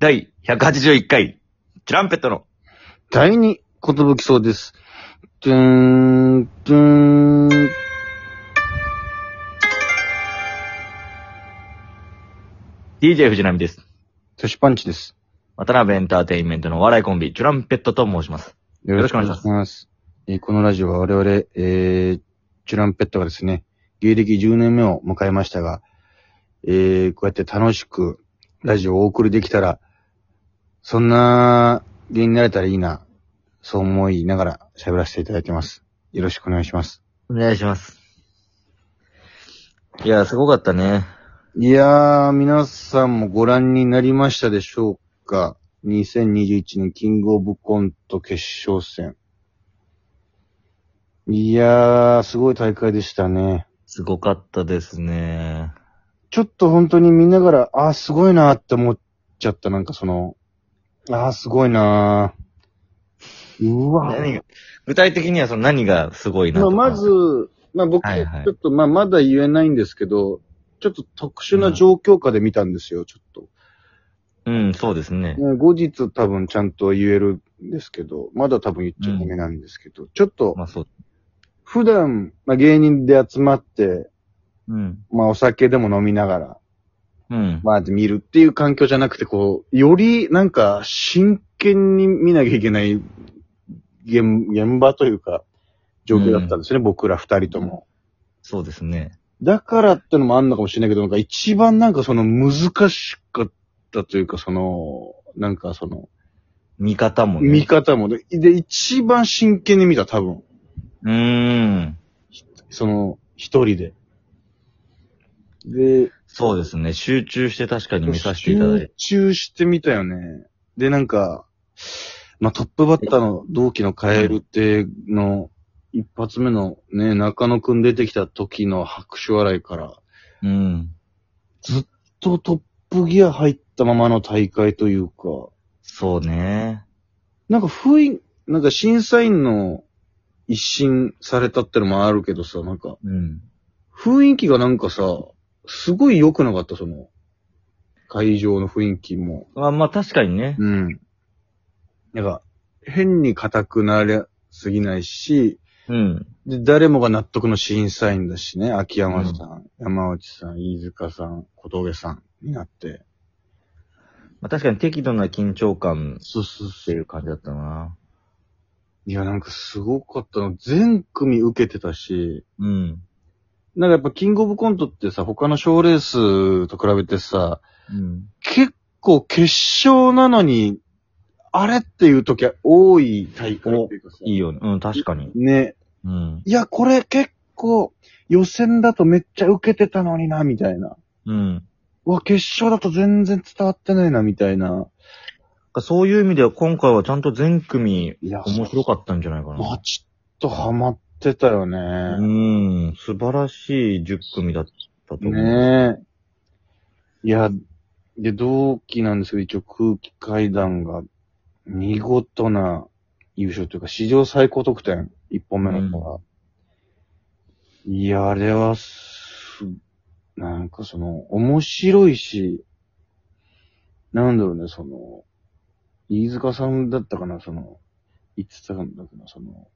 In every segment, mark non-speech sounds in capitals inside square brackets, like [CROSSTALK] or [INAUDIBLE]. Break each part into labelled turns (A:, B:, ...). A: 第181回、トランペットの、
B: 第二、ことぶきそうです。トゥーン、トゥーン。
A: DJ 藤波です。
B: トシパンチです。
A: 渡辺エンターテインメントのお笑いコンビ、トランペットと申します。
B: よ
A: ろしくお願いします
B: ろくお願いします。えーこのラジオは我々、えー、チュランペットがですね、芸歴10年目を迎えましたが、えー、こうやって楽しくラジオをお送りできたら、そんな芸人になれたらいいな、そう思いながら喋らせていただいてます。よろしくお願いします。
A: お願いします。いや、すごかったね。
B: いやー、皆さんもご覧になりましたでしょうか ?2021 年キングオブコント決勝戦。いやー、すごい大会でしたね。
A: すごかったですね。
B: ちょっと本当に見ながら、あー、すごいなーって思っちゃった。なんかその、あー、すごいなー。うわ
A: 何が、具体的にはその何がすごいな
B: ま
A: と
B: あ、
A: か
B: まず、、まあ僕、
A: はいはい
B: ちょっとまあまだ言えないんですけど、ちょっと特殊な状況下で見たんですよ、ちょっと。
A: うん、そうですね。
B: ね、後日多分ちゃんと言えるんですけど、まだ多分言っちゃダメなんですけど、ちょっと
A: まあそう。
B: 普段、まあ、芸人で集まって、
A: うん。
B: まあお酒でも飲みながら、
A: うん。
B: まあ見るっていう環境じゃなくて、こう、よりなんか真剣に見なきゃいけない現現場というか、状況だったんですね、僕ら二人とも。
A: そうですね。
B: だからってのもあんのかもしれないけど、なんか一番なんかその難しかったというか、その、なんかその、
A: 見方もね。
B: 見方も。で、で一番真剣に見た、多分。
A: うーん。
B: その、一人で。で、
A: そうですね。集中して確かに見させていただいて。
B: 集中してみたよね。で、なんか、まあ、トップバッターの同期のカエルっての、一発目のね、中野くん出てきた時の拍手笑いから、
A: うん。
B: とトップギア入ったままの大会というか、
A: そうね。
B: なんか不意、なんか審査員の一新されたってのもあるけどさ、なんか、
A: うん。
B: 雰囲気がなんかさ、すごい良くなかった、その、会場の雰囲気も。
A: あまあ確かにね。
B: うん。なんか、変に硬くなりすぎないし、
A: うん。
B: で、誰もが納得の審査員だしね、秋山さん、山内さん、飯塚さん、小峠さんになって。
A: まあ確かに適度な緊張感
B: そうそう
A: っ
B: そ
A: ていう感じだったな。
B: いや、なんかすごかったの。全組受けてたし、
A: うん。
B: なんかやっぱキングオブコントってさ、他の賞ーレースと比べてさ、
A: うん。
B: 結構決勝なのに、あれっていう時は多い大会っていうかさ。
A: いいよね。うん、確かに。
B: ね。
A: うん。
B: いや、これ結構予選だとめっちゃ受けてたのにな、みたいな。
A: うん。
B: うわ、決勝だと全然伝わってないな、みたいな。
A: そういう意味では今回はちゃんと全組
B: いや、
A: 面白
B: か
A: かったんじゃないか
B: まあ、
A: な。
B: ちょっとハマってたよ
A: う
B: ね。
A: ん。素晴らしい10組だったと思う。
B: ねえ。いや、で、同期なんですけど、一応空気階段が見事な優勝というか、史上最高得点、一本目の子が。いや、あれはす、なんかその、面白いし、なんだろうね、その、飯塚さんだったかな、その、言ってたんだけど、その、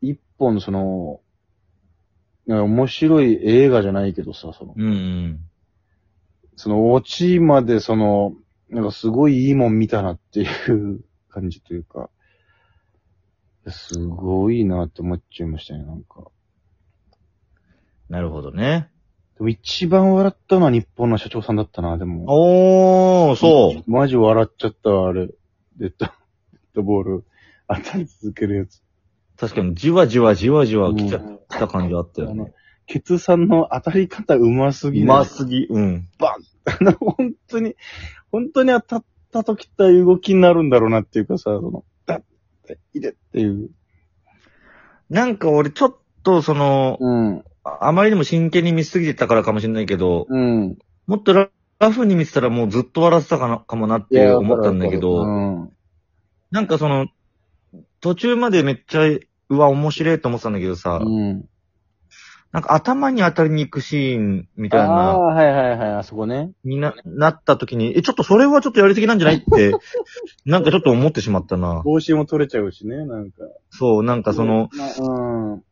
B: 一本その、なんか面白い映画じゃないけどさ、その、
A: うんうん。
B: その、オチまで、その、なんかすごいいいもん見たなっていう感じというか、すごいなって思っちゃいましたね、なんか。
A: なるほどね。
B: でも一番笑ったのは日本の社長さんだったな、でも。
A: おー、そう。
B: マジ笑っちゃったわ、あれ。デッド、デッドボール当たり続けるやつ。
A: 確かにじわじわじわじわ来ちゃ
B: うん
A: った感じあったよ
B: あの
A: ね。
B: ケツさんの当たり方うますぎ
A: う
B: る
A: ますぎ。うん。
B: [LAUGHS] あの、本当に、本当に当たった時ってああいう動きになるんだろうなっていうかさ、その、だって、いでっていう。
A: なんか俺ちょっとその、
B: うん。
A: ああまりにも真剣に見すぎてたからかもしれないけど、
B: うん。
A: もっとララフに見てたらもうずっと笑ってたかな、かもなっ
B: い
A: て
B: や
A: 思ったんだけ
B: わか
A: ど、
B: るわか
A: なんかその、途中までめっちゃ、うわ、面白いと思ってたんだけどさ
B: る、うん。うん。
A: なんか頭に当たりに行くシーンみ
B: あ
A: たい
B: あ
A: な、
B: ー、はいはいはい、あそこね。
A: にな、なった時に、え、ちょっとそれはちょっとやりすぎなんじゃないっ
B: [LAUGHS]
A: て、なんかちょっと思ってしまったな。
B: 帽子も取れちゃうしね、なんか。
A: そう、なんかその、
B: うん。うん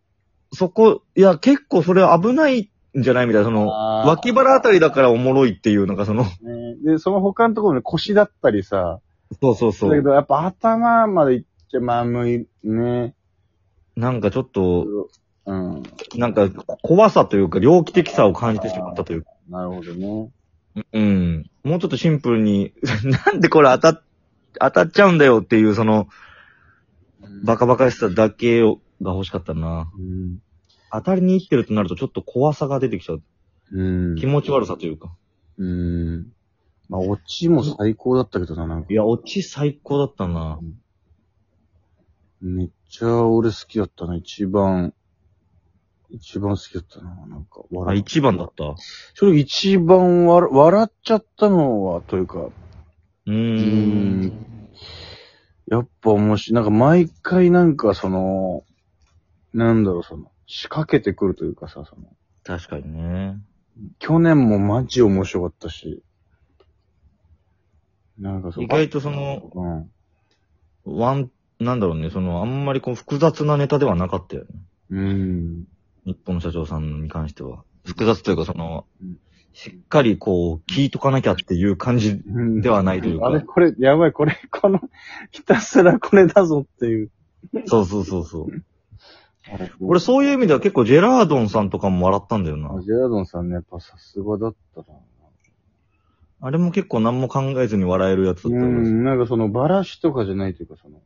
A: そこ、いや、結構それ危ないんじゃないみたいな、その、
B: あー
A: 脇腹あたりだからおもろいっていう、なんかその、 [LAUGHS]
B: ねで、その他のところね、腰だったりさ。
A: そうそう
B: だ
A: そ
B: け
A: う。
B: ど、やっぱ頭までいっちゃ、まあ、むい、ね。
A: なんかちょっと、
B: うん。
A: なんか怖さというか、猟奇的さを感じてしまったというか。
B: なるほどね。
A: うん。もうちょっとシンプルに、 [LAUGHS] なんでこれ当たっ、当たっちゃうんだよっていう、その、バカバカしさだけを、が欲しかったな。
B: うん。
A: 当たりに行ってるとなるとちょっと怖さが出てきちゃう。
B: うん。
A: 気持ち悪さというか。
B: うん。まあ、オチも最高だったけどな、なんか
A: い。や、オチ最高だったな。
B: めっちゃ俺好きだったな、一番。一番好きだったな、なんか。
A: あ、
B: 笑っ
A: 一番だった。う
B: それ一番わら笑っちゃったのは、というか、
A: ー。。
B: うんやっぱ面白い。なんか毎回なんかその、なんだろう、その、仕掛けてくるというかさ、その、
A: 確かにね。
B: 去年もマジ面白かったし、なんかその、
A: 意外とその、
B: うん。
A: ワン、なんだろうね、その、あんまりこう複雑なネタではなかったよね。
B: うん。
A: 日本の社長さんに関しては。複雑というか、その
B: うん、
A: しっかりこう、聞いとかなきゃっていう感
B: [LAUGHS]
A: じ
B: うん
A: ではないという
B: あれ、
A: か。
B: これ、やばい、これ、この、ひたすらこれだぞっていう。
A: そうそうそうそう。俺、そういう意味では結構ジェラードンさんとかも笑ったんだよな
B: あ。ジェラードンさんね、やっぱさすがだったな。
A: あれも結構何も考えずに笑えるやつだ
B: う
A: ったんです。
B: ん、なんかその、バラシとかじゃないというか、その、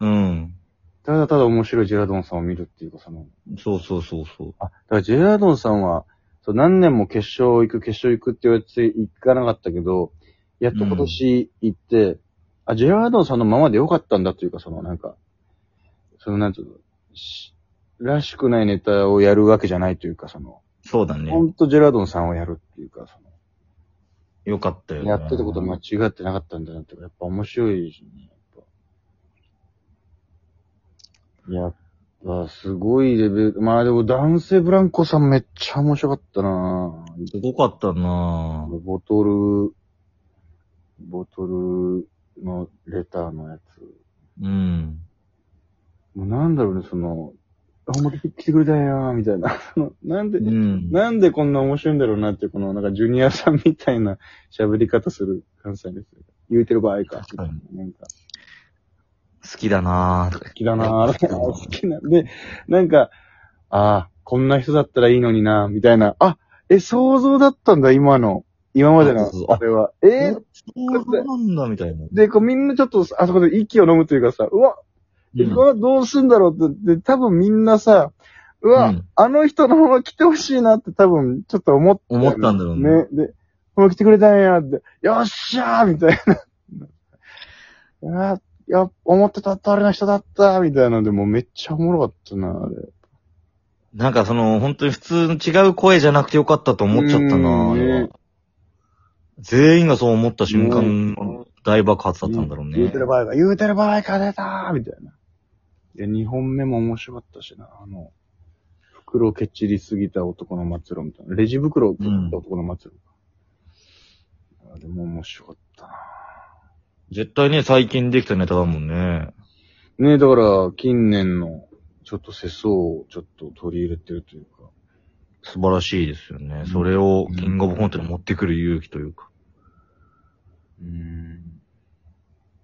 A: うん。
B: ただただ面白いジェラードンさんを見るっていうか、その、
A: そうそうそうそう。
B: あ、だからジェラードンさんは、そう何年も決勝行く、決勝行くって言われて行かなかったけど、やっと今年行って、あ、ジェラードンさんのままでよかったんだというか、そのなんか、そのなんていうの、しらしくないネタをやるわけじゃないというか、その、
A: そうだね
B: ほ。んとジェラードンさんをやるっていうか、そ
A: よかったよ、
B: の、
A: ね。
B: やってたこと間違ってなかったんだなっていうか、やっぱ面白いしね、やっぱ。やっぱ、すごいレベル、まあでも男性ブランコさんめっちゃ面白かったなぁ。
A: すごかったなぁ。
B: ボトル、ボトルのレターのやつ。
A: うん。
B: もうなんだろうね、その、あ、また来てくれたよ、みたいな。 [LAUGHS] そのなんで、
A: うん。
B: なんでこんな面白いんだろうなって、この、なんかジュニアさんみたいな喋り方する関西です。言うてる場合か。
A: 確か
B: なんか、
A: 好きだなぁ。
B: 好きだなぁ。好きな。で、なんか、ああ、こんな人だったらいいのになみたいな。あ、え、想像だったんだ、今の。今までの
A: そうそう、そう
B: あれは。えー
A: そうなんだ、みたいな。
B: で、こうみんなちょっと、あそこで息を飲むというかさ、うわ、
A: う
B: え
A: ん
B: これはどうすんだろうって、で、多分みんなさ、うわ、
A: うん
B: あの人のまま来てほしいなって多分ちょっと思ったよね、
A: 思ったんだろうね
B: ね。で、この来てくれたんやって、よっしゃーみたい [LAUGHS] な。あいや、思ってた通りの人だったみたいなので、もうめっちゃおもろかったな、あれ。
A: なんかその、本当に普通の違う声じゃなくてよかったと思っちゃったなぁ、あ
B: うん
A: れは
B: ね
A: 全員がそう思った瞬間、大爆発だったんだろうね。
B: 言うてる場合か、言うてる場合か出たーみたいな。で、2本目も面白かったしな、あの、袋をけちりすぎた男の末路みたいな。レジ袋をけちった男の末路か。あれも面白かったな。
A: 絶対ね、最近できたネタだもんね。
B: ねえ、だから、近年の、ちょっと世相をちょっと取り入れてるというか。
A: 素晴らしいですよね
B: ん。
A: それを、キングオブコントに持ってくる勇気というか。
B: うん。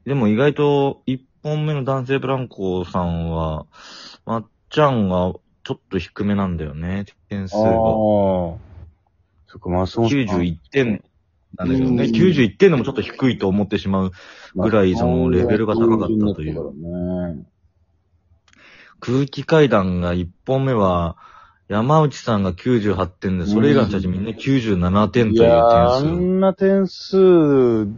A: でも意外と、一本目の男性ブランコさんは、まっちゃんが、ちょっと低めなんだよね、点数
B: ああ
A: が。。
B: そっか、まあ、そう。
A: 91点なんですよね。
B: うん
A: 91点でもちょっと低いと思ってしまう。ぐらいそのレベルが高かったという
B: まあそういう感じになったからね。
A: 空気階段が1本目は、山内さんが98点で、それ以外の人たちみんな97点
B: い
A: という
B: やーあ
A: 点
B: んな点数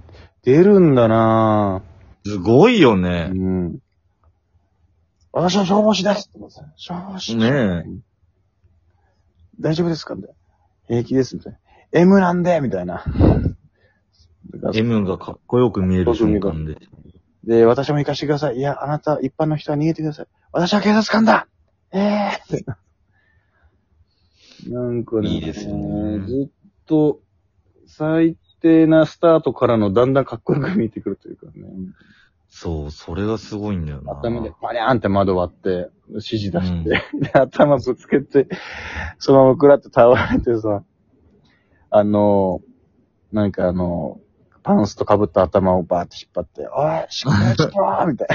B: 出るんだな
A: 数。すごいよ
B: ぁ。う
A: ね。
B: ん。私は消防士ですってことですね消防士。
A: ねえ
B: 大丈夫ですかみたいな。平気ですみたいな。M なんでみたいな。だから
A: M がかっこよく見える瞬間で。
B: で、私も行かしてください。いや、あなた、一般の人は逃げてください。私は警察官だええー、って。 [LAUGHS] なんかね、
A: いいですよね
B: ずっと、最低なスタートからのだんだんかっこよく見えてくるというかね。
A: そう、それがすごいんだよな。
B: 頭でバリャーンって窓割って、指示出して、 [LAUGHS] で頭ぶつけて、そのままくらって倒れてさ、あの、なんかあの、パンスと被った頭をバーって引っ張って、おい、しっかりしろみたい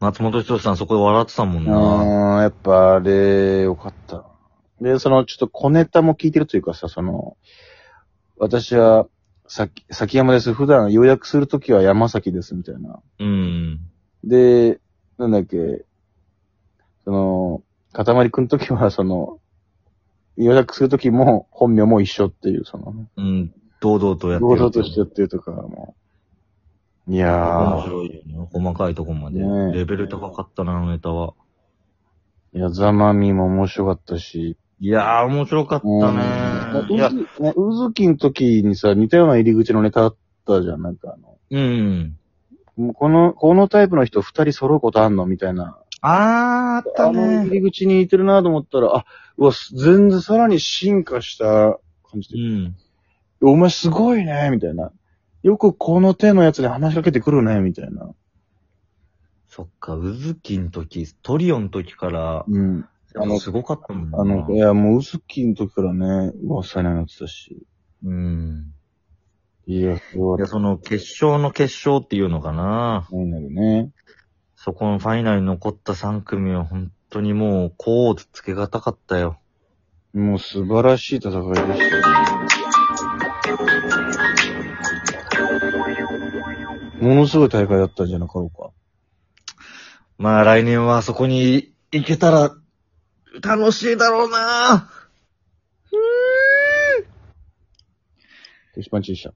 A: 松本人志さんそこで笑ってたもんな。
B: な。うーん、やっぱあれ、よかった。で、その、ちょっと小ネタも聞いてるというかさ、その、私は、さき、崎山です。普段予約するときは山崎です、みたいな。
A: うん。
B: で、なんだっけ、その、かたまりくんの時は、そ [LAUGHS] の、予約する時も、本名も一緒っていう、その、
A: うん。堂々とやって
B: 堂々としてやってるとかも。い
A: 面
B: やー、
A: 白いよね。細かいとこまで。
B: ねえ
A: レベル高かったな、あのネタは。
B: いや、ざまみも面白かったし。
A: いやー、面白かったね。いや、
B: ねうずきの時にさ、似たような入り口のネタあったじゃん、なんかあの、
A: うん。
B: もうこの、このタイプの人二人揃うことあんのみたいな。
A: あー、あった
B: あの入
A: ね。
B: り口に似てるなと思ったら、あ、うわ、全然さらに進化した感じで
A: うん。
B: お前すごいね、みたいな。よくこの手のやつで話しかけてくるね、みたいな。
A: そっか、うずきん時、トリオン時から、
B: うん。あの
A: すごかったもんな。
B: あの、いや、もう、うずきの時からね、噂になってたし。
A: うん。
B: いや、すご
A: い
B: い
A: や、。その、決勝の決勝っていうのかな。
B: そうなるね。
A: そこのファイナルに残った3組は本当にもう、こうつけがたかったよ。
B: もう素晴らしい戦いでしたよね。ものすごい大会だったんじゃなかろうか。
A: まあ来年はあそこに行けたら楽しいだろうな
B: テキパンチでした。